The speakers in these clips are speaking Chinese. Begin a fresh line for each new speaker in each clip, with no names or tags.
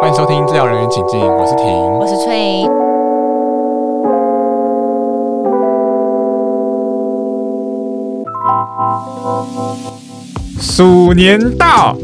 欢迎收听《治疗人员请进》，我是婷。
我是翠。
鼠年到，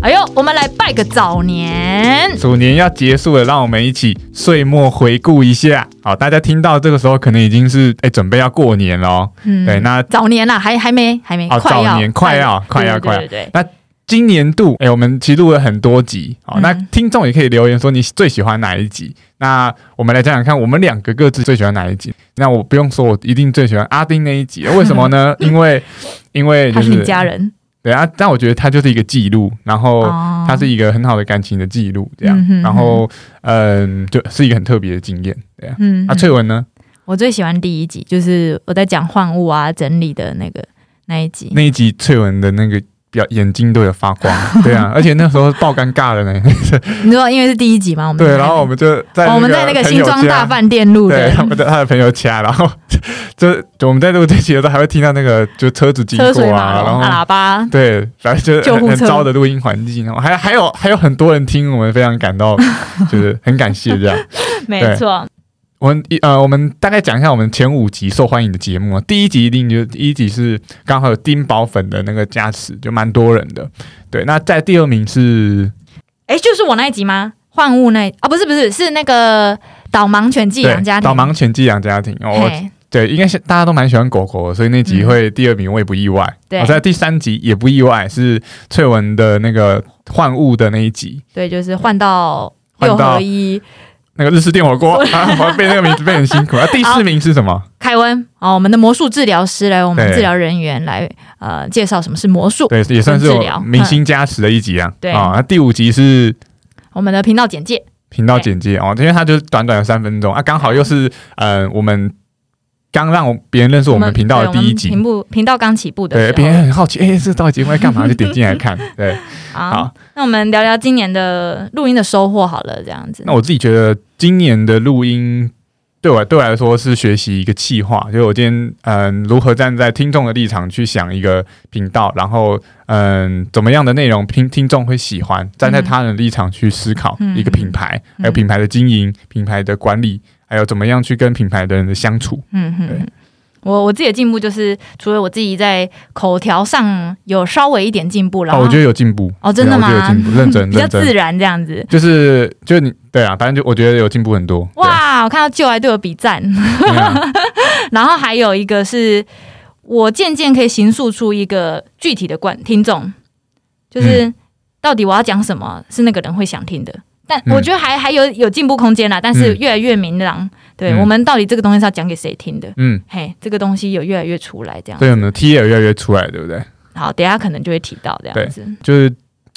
哎呦，我们来拜个早年。
鼠年要结束了，让我们一起岁末回顾一下。好，大家听到这个时候，可能已经是哎准备要过年了哦。
嗯
对，那
早年啦，还还没还没，
哦
快要
早年快要快要
对
快要
对对对
那今年度，哎、我们其实录了很多集，好、那
嗯
听众也可以留言说你最喜欢哪一集。那我们来讲讲看，我们两个各自最喜欢哪一集。那我不用说，我一定最喜欢阿丁那一集，为什么 呢？因为因为
对，
就
他
是
是你家人
对啊，但我觉得它就是一个记录，然后
哦
它是一个很好的感情的记录，这样，
嗯哼
然后嗯，就是一个很特别的经验，对啊。
嗯
啊，翠文呢？
我最喜欢第一集，就是我在讲换物啊、整理的那个那一集。
那一集翠文的那个表眼睛都有发光， 对啊，而且那时候爆尴尬了呢。
你知道，因为是第一集嘛，我们
对，然后我们就在
哦我们在那个
朋
新
友
庄大
家
饭店录
对，
的
他们在他的朋友家，然后 就就我们在录这期的时候还会听到那个就车子经
车水
过
马
啊，然
龙、
后
大喇叭，
对，然后就是
救
很
护
很
车
糟的录音环境，然后还还有还有很多人听，我们非常感到就是很感谢这样。
没错。
我们一呃，我们大概讲一下我们前五集受欢迎的节目啊。第一集一定就第一集是刚好有丁宝粉的那个加持，就蛮多人的。对，那在第二名是
哎，就是我那一集吗？换物那啊，不是不是，是那个导盲犬寄
对
养家庭。
导盲犬寄养家庭哦，
嘿嗯
对，应该是大家都蛮喜欢狗狗的，所以那集会第二名我也不意外。哦
对
我在第三集也不意外，是翠文的那个换物的那一集。
对，就是换到
换
六
到
合一。
那个日式电火 锅，啊，我背那个名字背很辛苦。啊，第四名是什么？
凯文哦，我们的魔术治疗师来，我们
对
治疗人员来呃介绍什么是魔术。
对，也算是
跟治疗
我明星加持的一集啊。
对
啊，那第五集是
我们的频道简介，
频道简介哦，因为它就是短短的三分钟啊，刚好又是呃我们刚让我别人认识我们频道的第一
对嗯我们
集
频。部频道刚起步的
对，
时
别
候
人很好奇，哎、 这到底节目在干嘛？就点进来 看。对，好
啊。那我们聊聊今年的录音的收获好了，这样子。
那我自己觉得今年的录音对我对我来说是学习一个企划，就是我今天嗯如何站在听众的立场去想一个频道，然后嗯怎么样的内容听听众会喜欢，站在他人的立场去思考
嗯
一个品牌，
嗯
还有品牌的经营、品牌的管理，还有怎么样去跟品牌的人的相处。
嗯哼
对
哼。我我自己的进步就是，除了我自己在口条上有稍微一点进步了，
哦，我觉得有进步
哦真的
对啊我觉得有
吗
进步，认真
比较
认
自
真，
然这样子。
就是就你对啊，反正就我觉得有进步很多。对，啊
哇，我看到旧爱对我比赞，
对啊
然后还有一个是我渐渐可以形塑出一个具体的观听众，
嗯
就是到底我要讲什么是那个人会想听的。但
嗯
我觉得还还有有进步空间啦，但是
嗯
越来越明朗。对
嗯
我们到底这个东西是要讲给谁听的？
嗯，
嘿，这个东西有越来越出来这样。
对，我们的 T 也越来越出来，对不对？
好，等一下可能就会提到这样子。
就是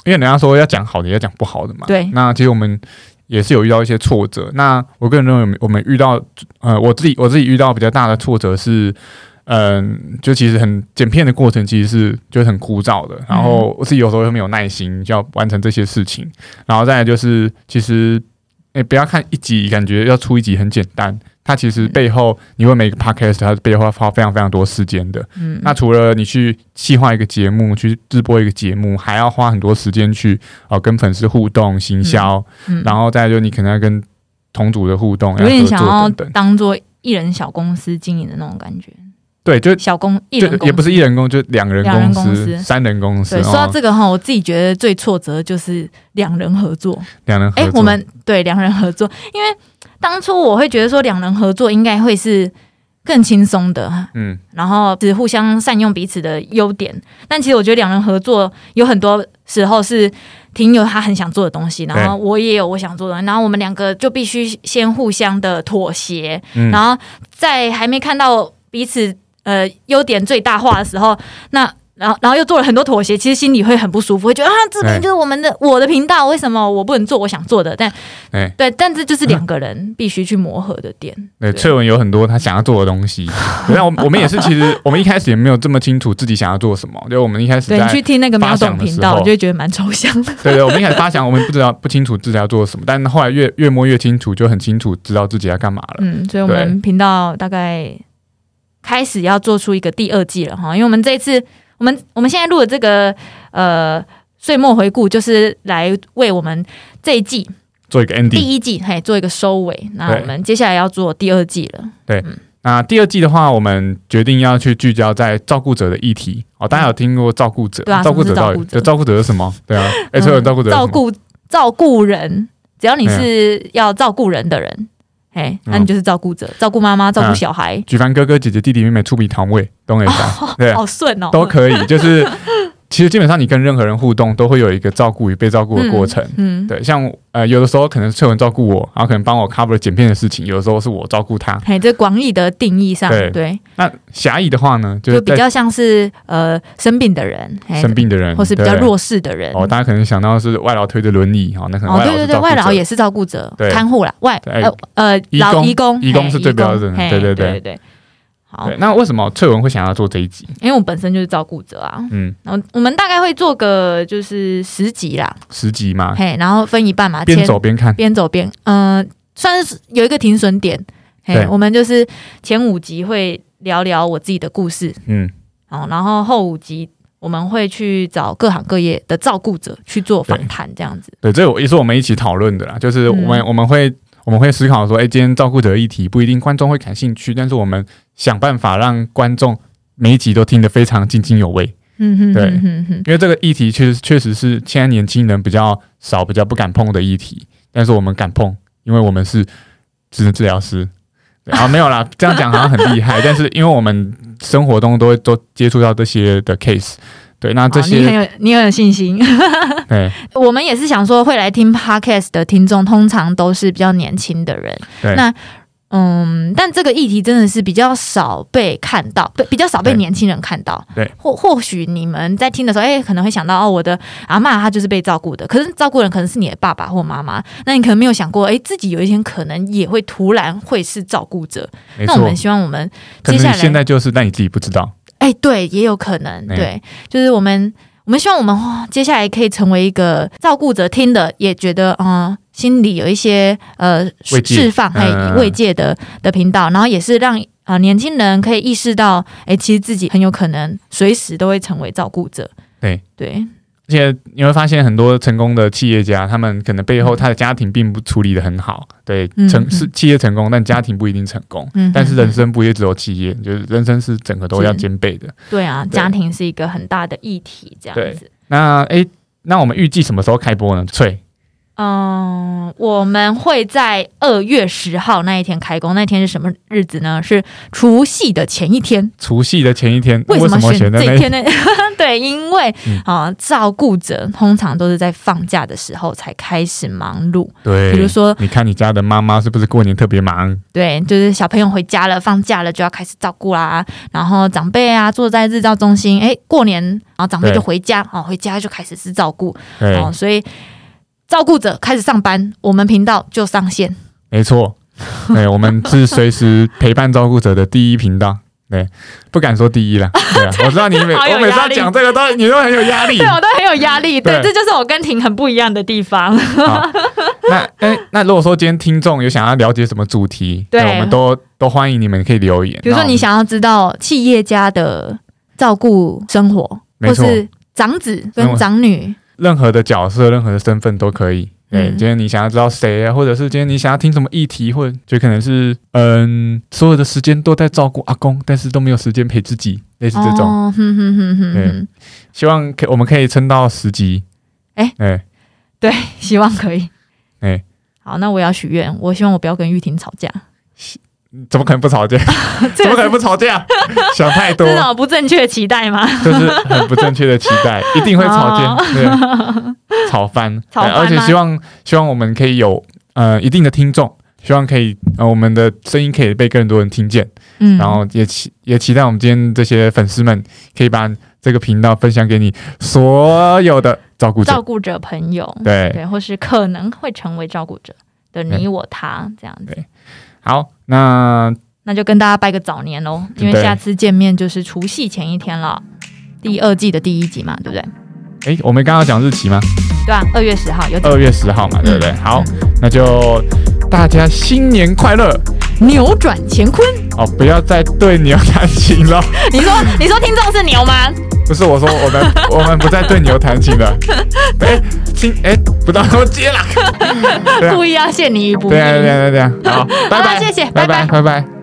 因为人家说要讲好的，也要讲不好的嘛。
嗯对
那其实我们也是有遇到一些挫折。那我个人认为，我们遇到呃，我自己我自己遇到比较大的挫折是。嗯，就其实很剪片的过程，其实是就是很枯燥的。然后我自己有时候又没有耐心，就要完成这些事情。然后再来就是，其实诶、不要看一集，感觉要出一集很简单，它其实背后你会每个 podcast 它背后要花非常非常多时间的。
嗯，
那除了你去企划一个节目，去制播一个节目，还要花很多时间去哦、呃跟粉丝互动、行销，
嗯
然后再来就你可能要跟同组的互动，
有
要
点
合
想
作
要
等等。
当做一人小公司经营的那种感觉，
对，就
小公一人
就
公
也不
司。
是一人工，就两人
两人
公
公
司、
司
三人公司，
对，说到
哦，
这个哈，我自己觉得最挫折的就是两人合作。
两人合
哎、
作。
我们对两人合作，因为当初我会觉得说两人合作应该会是更轻松的，
嗯，
然后只互相善用彼此的优点。但其实我觉得两人合作有很多时候是挺有他很想做的东西，然
哎
后我也有我想做的，然后我们两个就必须先互相的妥协，
嗯
然后在还没看到彼此呃优点最大化的时候，那然后然后又做了很多妥协，其实心里会很不舒服，会觉得啊，这边
对
就是我们的我的频道，为什么我不能做我想做的？但
哎
对，但这就是两个人必须去磨合的点。
对，
对
翠文有很多她想要做的东 西，那我我们也是，其实我们一开始也没有这么清楚自己想要做什么，就我们一开始
对你
在
去听那个
发
秒
想
懂
的
频
时
道，
候
我就会觉得蛮抽象 的。
对对，我们一开始发想，我们不知道不清楚自己要做什么，但后来越越摸越清楚，就很清楚知道自己要干嘛了。
嗯，所以我
对
们频道大概开始要做出一个第二季了哈，因为我们这一次，我们我们现在录的这个呃岁末回顾，就是来为我们这一季
做一个
第
ending。
一季嘿做一个收尾，那
对
我们接下来要做第二季了。
那第二季的话，我们决定要去聚焦在照顾者的议题。哦，大家有听过照顾者？
嗯对啊
照顾
什么是
者到
照顾
底
者
对照顾者是什么？对啊，哎，所有
嗯
人照顾者是什嗯
照
么
顾照顾人，只要你是要照顾人的人，哎，
嗯
那你就是照顾者，照顾妈妈，照顾小孩，
举凡哥哥姐姐弟弟妹妹出比堂位，懂我意思吧？对，
好顺哦，
都可以。就是其实基本上你跟任何人互动，都会有一个照顾与被照顾的过程。
嗯，
对，像呃，有的时候可能翠文照顾我，然后可能帮我 cover 剪片的事情；有的时候是我照顾他。
哎，这广义的定义上，
对
对，
那狭义的话呢，就是
就比
在
较像是呃生病的人，嘿
生病的人，
或是比较
对
弱势的人。
哦，大家可能想到是外劳推着轮椅，哦，那可能
哦，
外劳
对
是
对
照
对，
顾
外
者
劳也是照顾者、
对
看护啦，外
对
呃呃
义
劳
工
义工，
义工
嘿
是最标
工
准的
嘿
对对
对
对
对对。好
对，，那为什么翠文会想要做这一集？
因为我本身就是照顾者啊，
嗯，
然后我们大概会做个就是十集啦，
十集嘛，
嘿，然后分一半嘛，
啊边
前
走边看，
边走边，嗯、算是有一个停损点。嘿
对，
我们就是前五集会聊聊我自己的故事，
嗯，
哦，然后后五集我们会去找各行各业的照顾者去做访谈，这样子。
对，这我也是我们一起讨论的啦，就是
嗯
我们、我们会我们会思考说，哎、今天照顾者的议题不一定观众会感兴趣，但是我们想办法让观众每一集都听得非常津津有味，
嗯哼，
对
嗯哼哼，
因为这个议题确实确实是现在年轻人比较少、比较不敢碰的议题，但是我们敢碰，因为我们是职能治疗师。对啊，没有啦， 这样讲好像很厉害，但是因为我们生活中都会都接触到这些的 case，对，那这
好哦你很
些
有你很有信心。
对
我们也是想说，会来听 podcast 的听众通常都是比较年轻的人。
对
那嗯，但这个议题真的是比较少被看到，被比较少被
对
年轻人看到。
对，
或或许你们在听的时候，哎、可能会想到哦，我的阿嬷她就是被照顾的，可是照顾人可能是你的爸爸或妈妈，那你可能没有想过，哎、自己有一天可能也会突然会是照顾者。
没
那我
错
们，希望我们
可
接
能
下
你
来
现在就是，但你自己不知道，
哎，对，也有可能，
哎
对，就是我们，我们希望我们、哇接下来可以成为一个照顾者听的，也觉得嗯、呃心里有一些呃
慰
释
藉
释放
嗯
还
嗯嗯
慰藉的呃的频道，然后也是让啊、呃年轻人可以意识到，哎，其实自己很有可能随时都会成为照顾者，
对
对，
而且你会发现很多成功的企业家，他们可能背后他的家庭并不处理的很好，对，
嗯
成
嗯
是企业成功，但家庭不一定成功。
嗯，
但是
嗯
人
嗯
生不也只有企业，就是人生是整个都要兼备的。
对啊，
对
家庭是一个很大的议题，这
对
样子。
那诶、那我们预计什么时候开播呢？翠，
嗯，我们会在二月十号那一天开工。那一天是什么日子呢？是除夕的前一天。
除夕的前一天，
为什
什
么
么
选
选在
这
那
一？天呢？ 对，因为啊、
嗯
照顾者通常都是在放假的时候才开始忙碌。
对，
比如说，
你看你家的妈妈是不是过年特别忙？
对，就是小朋友回家了，放假了就要开始照顾啦。然后长辈啊，坐在日照中心，哎，过年，然后长辈
对
就回家，哦，回家就开始是照顾，
对，
哦，所以照顾者开始上班，我们频道就上线。
没错，对，我们是随时陪伴照顾者的第一频道。对，不敢说第一啦。对啊，我知道你每
好有
我每次
压
要
力
讲这个都你都很有压力
对，。啊我都很有压力。对，
对
这就是我跟婷很不一样的地方。
好，那诶、那如果说今天听众有想要了解什么主题，
对
我们都都欢迎你们可以留言。
比如说，
那我们
你想要知道企业家的照顾生活，
没
或
错
是长子跟长女，
任何的角色、任何的身份都可以。对，
嗯
今天你想要知道谁啊，或者是今天你想要听什么议题，或者就可能是嗯，所有的时间都在照顾阿公，但是都没有时间陪自己，类似这种。
哦，哼哼哼哼哼，
希望可我们可以撑到十集。
哎
哎、
希望可以。
哎
好，那我也要许愿，我希望我不要跟玉婷吵架，
怎么可能不吵架？
这
怎么
个
可能
是
不吵架？想太多
这，是种不正确的哦期待吗？
就是很不正确的期 待，一定会吵架，对，吵翻。
哦吵
对
翻
而且
吗
希望希望我们可以有呃一定的听众，希望可以呃我们的声音可以被更多人听见。
嗯，
然后也期也期待我们今天这些粉丝们可以把这个频道分享给你所有的照顾
照
者，
顾者朋友，
对，
对，或是可能会成为照顾者的你
对
我他这样子
对。好，那
那就跟大家拜个早年喽，因为
对
下次见面就是除夕前一天了，第二季的第一集嘛，对不对？
诶，我们刚刚讲日期吗？
对啊，二月十号有
二月十号嘛，对不对？好，那就大家新年快乐
扭转乾坤。
哦！不要再对牛弹琴了，
你说，你说听众是牛吗？
不是我说我们我们不再对牛弹琴了。诶，今哎、不到我接啦。对啊
故意要陷你于不义。
对啊对啊对啊对啊，好，拜
好啦
拜，
谢谢
拜
拜
拜拜拜。